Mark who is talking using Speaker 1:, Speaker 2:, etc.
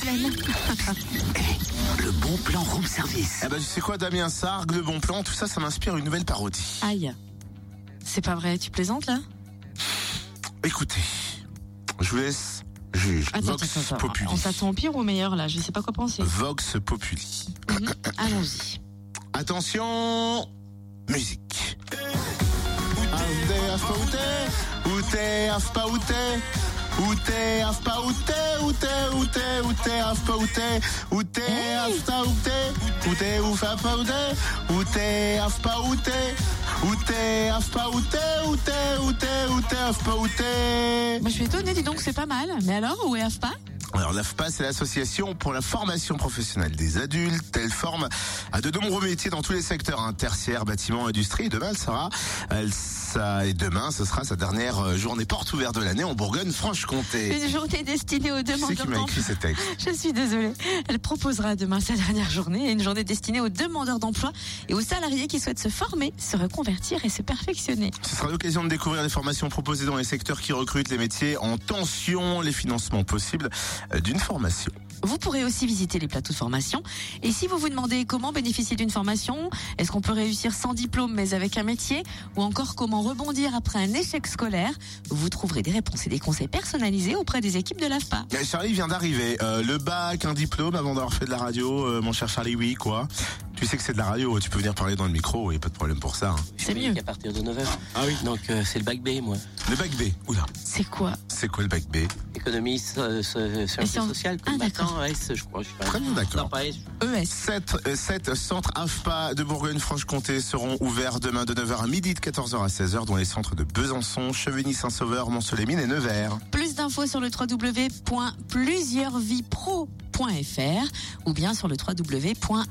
Speaker 1: pleine.
Speaker 2: Le bon plan room service.
Speaker 3: Eh ben, tu sais quoi, Damien Sargue, le bon plan, tout ça, ça m'inspire une nouvelle parodie.
Speaker 1: Aïe. C'est pas vrai, tu plaisantes là
Speaker 3: Écoutez, je vous laisse juge.
Speaker 1: Attends,
Speaker 3: Vox
Speaker 1: attends, attends.
Speaker 3: Populi. Euh,
Speaker 1: On s'attend au pire ou au meilleur là, je sais pas quoi penser.
Speaker 3: Vox Populi.
Speaker 1: Mhm.
Speaker 3: euh.
Speaker 1: Allons-y.
Speaker 3: Attention, musique. Ah, Où t'es, af pas où t'es Où t'es, af pas où t'es Où t'es, af pas où t'es Où t'es, où t'es, où t'es, af pas où t'es Où t'es, af pas où t'es Où t'es, ouf, af pas où t'es Où t'es, af pas où t'es Où t'es, af pas où t'es Où t'es, où t'es, où t'es, af pas où t'es
Speaker 1: Moi je suis étonnée, dis donc c'est pas mal. Mais alors, où est AFPA
Speaker 3: Alors l'AFPA, c'est l'association pour la formation professionnelle des adultes. Elle forme à de nombreux métiers dans tous les secteurs, hein, tertiaire, bâtiment, industrie. Et demain, elle sera, elle, ça, et demain, ce sera sa dernière euh, journée porte ouverte de l'année en Bourgogne-Franche-Comté.
Speaker 1: Une journée destinée aux
Speaker 3: Qui c'est
Speaker 1: demandeurs
Speaker 3: qui m'a
Speaker 1: d'emploi.
Speaker 3: écrit ces textes
Speaker 1: Je suis désolée. Elle proposera demain sa dernière journée, une journée destinée aux demandeurs d'emploi et aux salariés qui souhaitent se former, se reconvertir et se perfectionner.
Speaker 3: Ce sera l'occasion de découvrir les formations proposées dans les secteurs qui recrutent les métiers en tension, les financements possibles euh, d'une formation.
Speaker 1: Vous pourrez aussi visiter les plateaux de formation. Et si vous vous demandez comment bénéficier d'une formation, est-ce qu'on peut réussir sans diplôme mais avec un métier, ou encore comment rebondir après un échec scolaire, vous trouverez des réponses et des conseils personnalisés auprès des équipes de l'AFPA.
Speaker 3: Euh, Charlie vient d'arriver. Euh, le bac, un diplôme avant d'avoir fait de la radio, euh, mon cher Charlie, oui, quoi. Tu sais que c'est de la radio, tu peux venir parler dans le micro, il a pas de problème pour ça. hein.
Speaker 1: C'est
Speaker 4: Oui,
Speaker 1: mieux.
Speaker 4: À partir de 9h. Ah oui. Donc euh, c'est le bac B, moi.
Speaker 3: Le bac B, oula.
Speaker 1: C'est quoi
Speaker 3: C'est quoi le bac B
Speaker 4: Économie, so- so- sciences
Speaker 1: sciences.
Speaker 4: sociales,
Speaker 1: Ah, d'accord.
Speaker 4: combattant, S, je crois. Je sais pas.
Speaker 3: Très bien, d'accord.
Speaker 4: Non, pas S.
Speaker 1: ES.
Speaker 3: Sept, euh, sept centres AFPA de Bourgogne-Franche-Comté seront ouverts demain de 9h à midi, de 14h à 16h, dans les centres de Besançon, Chevigny-Saint-Sauveur, Mont-Solémine et Nevers.
Speaker 1: Plus d'infos sur le www.plusieursviepro.fr ou bien sur le www.afpa.fr.